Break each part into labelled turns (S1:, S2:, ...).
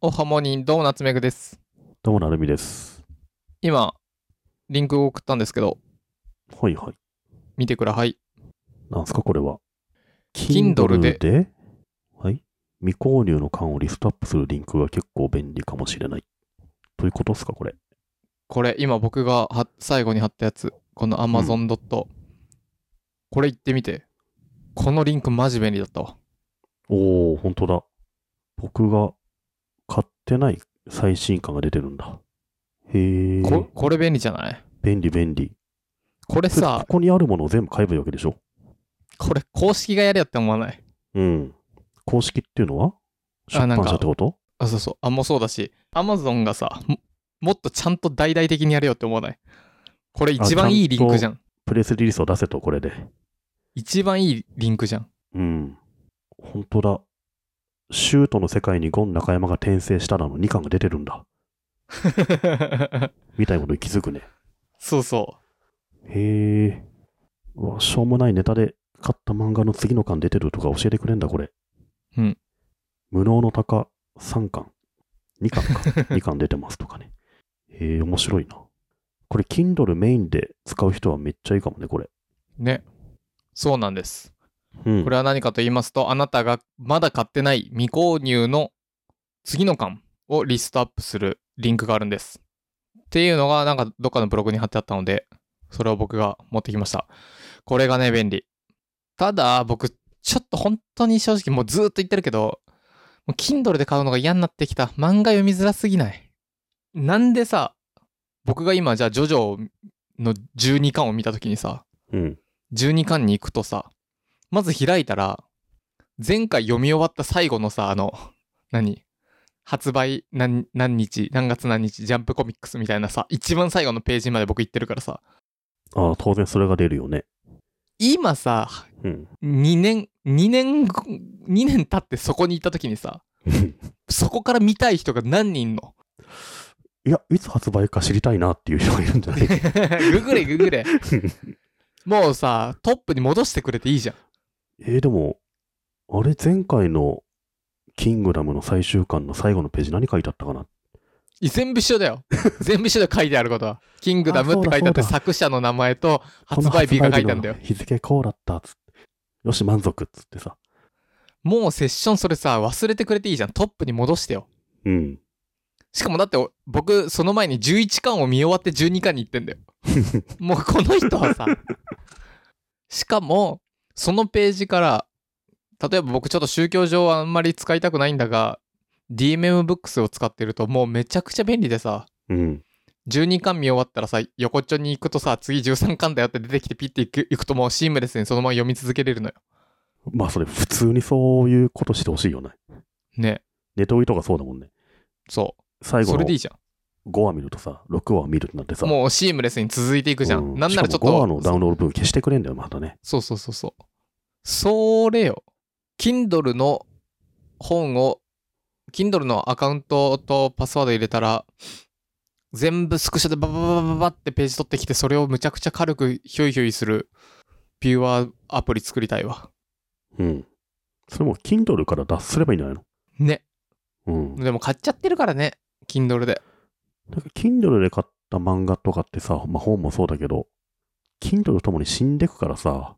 S1: おはモニンどうもなつめぐです。
S2: どうもなるみです。
S1: 今、リンクを送ったんですけど、
S2: はいはい。
S1: 見てください。
S2: なんすかこれは。
S1: Kindle で
S2: はい。未購入の缶をリストアップするリンクが結構便利かもしれない。ということっすかこれ。
S1: これ、今僕がは最後に貼ったやつ、この Amazon ドット。これ行ってみて。このリンクマジ便利だったわ。
S2: おー、ほんとだ。僕が買ってない最新刊が出てるんだ。へ
S1: こ
S2: ー。
S1: これ便利じゃない
S2: 便利便利。
S1: これ
S2: それこ
S1: さ、
S2: こにあるものを全部買えばいいわけでしょ
S1: これ公式がやれやって思わない。
S2: うん。公式っていうのは出
S1: あなん
S2: 版
S1: か
S2: 社ってこと
S1: あ、そうそう。あ、もうそうだし、Amazon がさ、ももっとちゃんと大々的にやれよって思わない。これ一番いいリンクじゃん。
S2: プレスリリースを出せと、これで。
S1: 一番いいリンクじゃん。
S2: うん。本当だ。シュートの世界にゴン中山が転生したなの2巻が出てるんだ。みたいなことに気づくね。
S1: そうそう。
S2: へえ。うわ、しょうもないネタで買った漫画の次の巻出てるとか教えてくれんだ、これ。
S1: うん。
S2: 無能の鷹3巻。2巻か。2 巻出てますとかね。へえ、面白いな。これ、Kindle メインで使う人はめっちゃいいかもね、これ。
S1: ね。そうなんです。
S2: うん。
S1: これは何かと言いますと、あなたがまだ買ってない未購入の次の巻をリストアップするリンクがあるんです。っていうのが、なんかどっかのブログに貼ってあったので、それを僕が持ってきました。これがね、便利。ただ、僕、ちょっと本当に正直、もうずーっと言ってるけど、もう Kindle で買うのが嫌になってきた。漫画読みづらすぎない。なんでさ、僕が今、じゃあ、ジョジョの12巻を見たときにさ、
S2: うん。
S1: 12巻に行くとさまず開いたら前回読み終わった最後のさあの何発売何何日何月何日ジャンプコミックスみたいなさ一番最後のページまで僕行ってるからさ
S2: ああ、当然それが出るよね。
S1: 今さ
S2: うん。
S1: 2年2年後2年経ってそこに行った時にさそこから見たい人が何人いんの
S2: いや、いつ発売か知りたいなっていう人がいるんじゃない
S1: ググれググれもうさトップに戻してくれていいじゃん
S2: えー、でも、あれ、前回のキングダムの最終巻の最後のページ何書いてあったかない
S1: 全部一緒だ よ全部一緒だよ書いてあることは「キングダム」って書いてあって
S2: あそうだそうだ
S1: 作者の名前と発売日が書いてあるんだよ
S2: この発売日の日付こうだったっつって。よし、満足っつってさ。
S1: もうセッションそれさ忘れてくれていいじゃんトップに戻してよ
S2: うん。
S1: しかもだってお僕その前に11巻を見終わって12巻に行って んだよもうこの人はさしかもそのページから例えば僕ちょっと宗教上はあんまり使いたくないんだが DMM ブックスを使ってるともうめちゃくちゃ便利でさ
S2: うん。
S1: 12巻見終わったらさ横っちょに行くとさ次13巻だよって出てきてピッて行く行くともうシームレスにそのまま読み続けれるのよ。
S2: まあ、それ、普通にそういうことしてほしいよね。
S1: ね
S2: ネトウイとかそうだもんね。
S1: そ
S2: 最
S1: う
S2: 後
S1: それ
S2: の
S1: でいいじゃ
S2: 5話見るとさ、6話見るってなってさ。
S1: んもうシームレスに続いていくじゃん、
S2: う
S1: なんならちょっ
S2: しかも5話のダウ
S1: と
S2: ンロード分消してくれんだよ、またね。
S1: そうそうそうそうそれよ Kindle の本を Kindle のアカウントとパスワード入れたら全部スクショでババババババってページ取ってきてそれをむちゃくちゃ軽くヒョイヒョイするピュアアプリ作りたいわ
S2: うん。それも、Kindle から脱すればいいんじゃないの
S1: ね
S2: うん。
S1: でも買っちゃってるからね、Kindle で。
S2: なんか Kindle で買った漫画とかってさ、まあ、本もそうだけど、Kindle とともに死んでくからさ、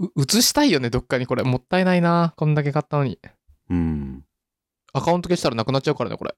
S1: う移したいよね、どっかにこれ。もったいないな。こんだけ買ったのに。
S2: うん、
S1: アカウント消したらなくなっちゃうからね、これ。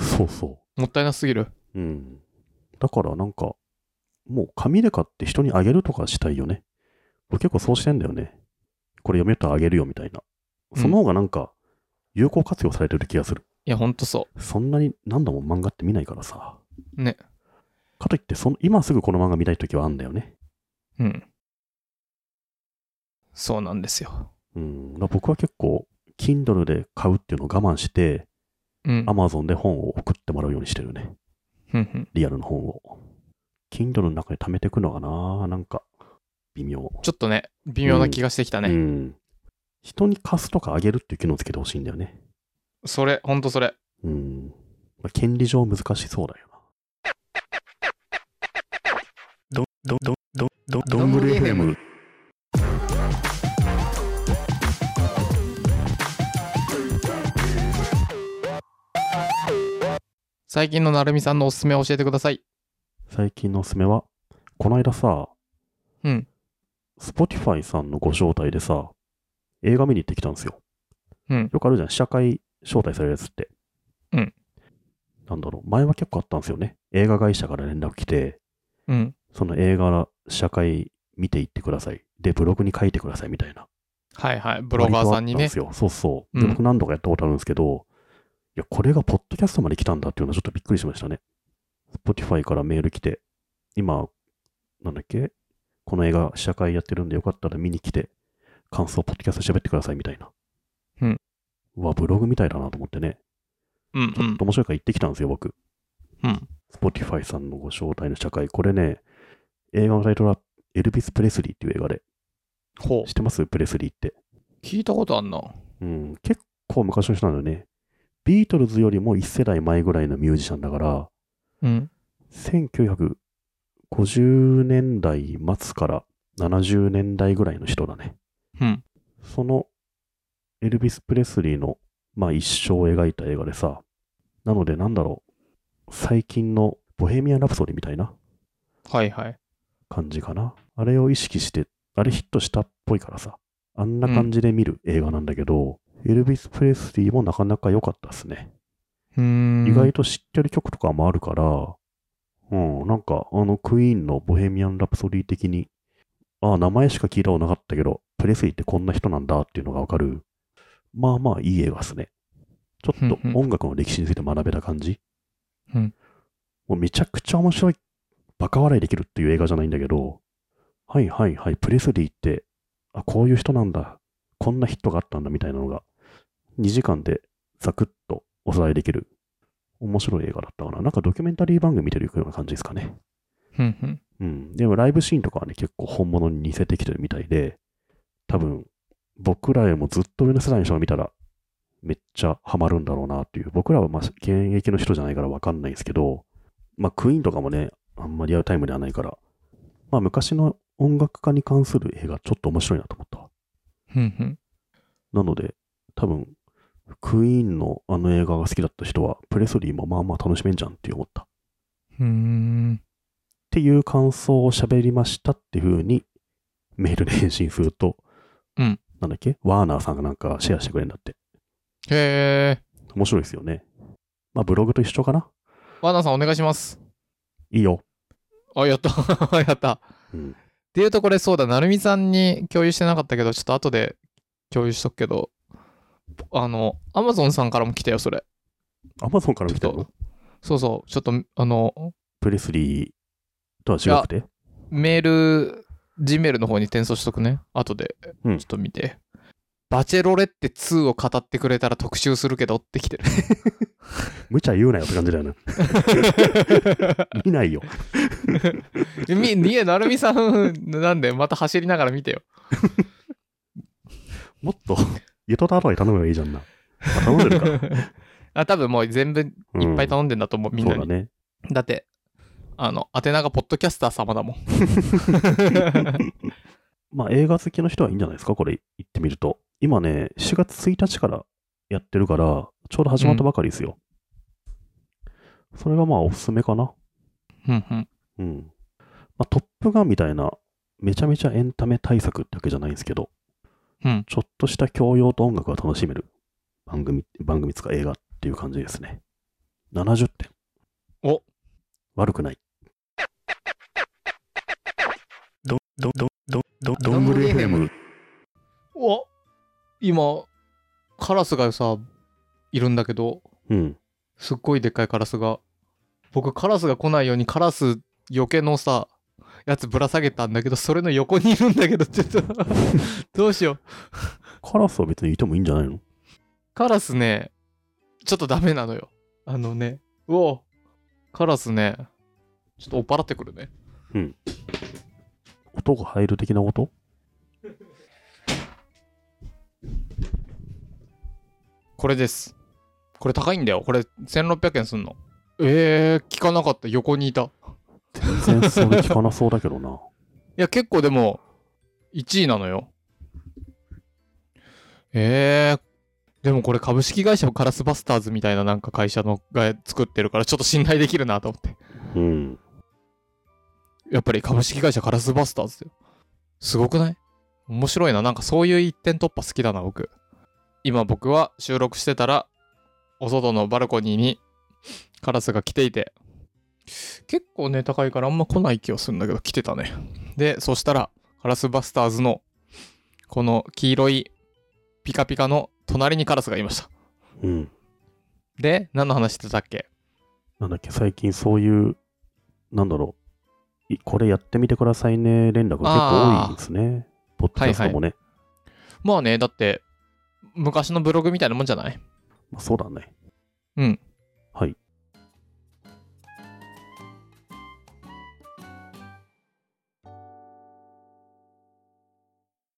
S2: そうそ
S1: もったいなすぎる。
S2: う。うん。だからなんか、もう紙で買って人にあげるとかしたいよね。俺結構そうしてんだよね。これ読めたらあげるよみたいな。その方がなんか、有効活用されてる気がする。
S1: いや、ほんとそ
S2: そんなに何度も漫画って見ないからさ。
S1: ね。
S2: かといってその、今すぐこの漫画見たいときはあんだよね。
S1: う。うん。そうなんですよ。
S2: うん。だから僕は結構、Kindle で買うっていうのを我慢して、
S1: うん。
S2: アマゾンで本を送ってもらうようにしてるね。
S1: ふんふん
S2: リアルの本を。Kindle の中に貯めていくのがな、なんか、微妙。
S1: ちょっとね、微妙な気がしてきたね。
S2: うん。人に貸すとかあげるっていう機能つけてほしいんだよね。
S1: それ、ほんとそれ。
S2: うん。まあ、権利上難しそうだよな。ど、ど、ど、ど、ど、
S1: どんぐり FM。最近のなるみさんのおすすめを教えてください。
S2: 最近のおすすめは、この間さ、
S1: うん。
S2: Spotify さんのご招待でさ、映画見に行ってきたんですよ。
S1: うん
S2: よくあるじゃん、試写会招待されるやつって。
S1: うん。
S2: なんだろう、前は結構あったんですよね。映画会社から連絡来て、
S1: うん。
S2: その映画試写会見ていってください。で、ブログに書いてくださいみたいな。
S1: はいはい。ブロガーさんにね
S2: 割。とあったんですよそうそう。
S1: う
S2: で
S1: ん
S2: 僕何度かやったことあるんですけど、いや、これがポッドキャストまで来たんだっていうのはちょっとびっくりしましたね。Spotify からメール来て、今、なんだっけこの映画、試写会やってるんでよかったら見に来て、感想、ポッドキャストで喋ってくださいみたいな。
S1: うん。
S2: うわ、ブログみたいだなと思ってね。
S1: うん
S2: ち
S1: う
S2: ょっ
S1: ん
S2: と。面白いから行ってきたんですよ、僕。
S1: うん。
S2: Spotify さんのご招待の試写会。これね、映画のタイトルは、エルビス・プレスリーっていう映画で。
S1: ほ
S2: 知ってますプレスリーって。
S1: う。聞いたことあんな。
S2: うん、結構昔の人なんだよね。ビートルズよりも一世代前ぐらいのミュージシャンだから、
S1: うん。
S2: 1950年代末から70年代ぐらいの人だね。
S1: うん。
S2: そのエルビス・プレスリーの、まあ、一生を描いた映画でさ、なのでなんだろう、最近のボヘミアン・ラプソディみたいな
S1: はいはい。
S2: 感じかな。あれを意識して、あれヒットしたっぽいからさ、あんな感じで見る映画なんだけど、エルビス・プレスリーもなかなか良かったですね。
S1: うーん。
S2: 意外と知ってる曲とかもあるから、うん、なんか、あの、クイーンのボヘミアン・ラプソディ的に、ああ、名前しか聞いたことなかったけど、プレスリーってこんな人なんだっていうのがわかる、まあまあいい映画ですね。ちょっと
S1: うんうん
S2: 音楽の歴史について学べた感じ。
S1: うん
S2: もうめちゃくちゃ面白い、バカ笑いできるっていう映画じゃないんだけど、はいはいはい、プレスリーって、あ、こういう人なんだ、こんなヒットがあったんだみたいなのが、2時間でザクッとおさらいできる面白い映画だったかな。なんかドキュメンタリー番組見てるような感じですかね。
S1: うんうん。
S2: うん。でもライブシーンとかはね、結構本物に似せてきてるみたいで、多分、僕らよりもずっと上の世代の人が見たら、めっちゃハマるんだろうなっていう。僕らはまあ現役の人じゃないからわかんないですけど、まあクイーンとかもね、あんまリアルタイムではないから、まあ昔の音楽家に関する映画、ちょっと面白いなと思ったわ。
S1: うんうん。
S2: なので、多分、クイーンのあの映画が好きだった人は、プレスリーもまあまあ楽しめんじゃんって思った。
S1: うーん。
S2: っていう感想を喋りましたっていう風にメールで返信すると、
S1: うん
S2: なんだっけワーナーさんがなんかシェアしてくれるんだって。
S1: へえ。
S2: 面白いですよね。まあブログと一緒かな
S1: ワナさんお願いします。
S2: いいよ。
S1: あ、やった。 やった。
S2: うん。
S1: でいうとこれそうだ、なるみさんに共有してなかったけど、ちょっと後で共有しとくけど、あの、アマゾンさんからも来たよ、それ。
S2: アマゾンから来た
S1: ちょっ
S2: の
S1: とそうそう、ちょっと、あの、
S2: プレスリーとは違くて
S1: メール、G メールの方に転送しとくね。後で、ち
S2: う
S1: ょ
S2: ん
S1: っと見て。バチェロレッテ2を語ってくれたら特集するけどって来 てる。
S2: 無茶言うなよって感じ だよね。見ないよ。
S1: み、みえ、なるみさん、なんで、また走りながら見てよ。
S2: もっと、ゆとたとかに頼めばいいじゃんな。あ頼んでるから。
S1: あ、多分もう全部いっぱ い頼んでんだと思う、みんなに。
S2: そうだね。
S1: だって、あの、宛名がポッドキャスター様だもん。
S2: まあ映画好きの人はいいんじゃないですかこれ言ってみると。今ね、4月1日からやってるから、ちょうど始まったばかりですよ。それがまあおすすめかな。
S1: うんうん。
S2: うん。まあトップガンみたいな、めちゃめちゃエンタメ対策ってわけじゃないんですけど、
S1: うん
S2: ちょっとした教養と音楽が楽しめる番組、番組つか映画っていう感じですね。70点。
S1: お
S2: 悪くない。ど、ど、ど、ど、ど、
S1: どんぐり FM お今、カラスがさ、いるんだけど、
S2: うん。
S1: すっごいでっかいカラスが。僕、カラスが来ないようにカラスよけのさ、やつぶら下げたんだけど、それの横にいるんだけど、ちょっと、 どうしよう。
S2: カラスは別にいてもいいんじゃないの
S1: カラスね、ちょっとダメなのよ。あのね、うおカラスね、ちょっと追っ払ってくるね。
S2: 音が入る的なこと
S1: これです。これ高いんだよ。これ1600円すんの。えー、聞かなかった。横にいた。い
S2: 全然それ聞かなそうだけどな。
S1: や、結構でも、1位なのよ。えー、でもこれ株式会社カラスバスターズみたいななんか会社のが作ってるからちょっと信頼できるなと思って。
S2: うん。
S1: やっぱり株式会社カラスバスターズだよ。すごくない面白いな。なんかそういう一点突破好きだな、僕。今僕は収録してたら、お外のバルコニーにカラスが来ていて、結構ね、高いからあんま来ない気がするんだけど、来てたね。で、そしたら、カラスバスターズの、この黄色いピカピカの隣にカラスがいました。
S2: うん。
S1: で、何の話してたっけ
S2: なんだっけ、最近そういう、なんだろう、いこれやってみてくださいね、連絡が結構多いんですね。ポッドキャストもね。
S1: まあね、だって、昔のブログみたいなもんじゃない
S2: まあ、そうだね。
S1: うん。
S2: はい。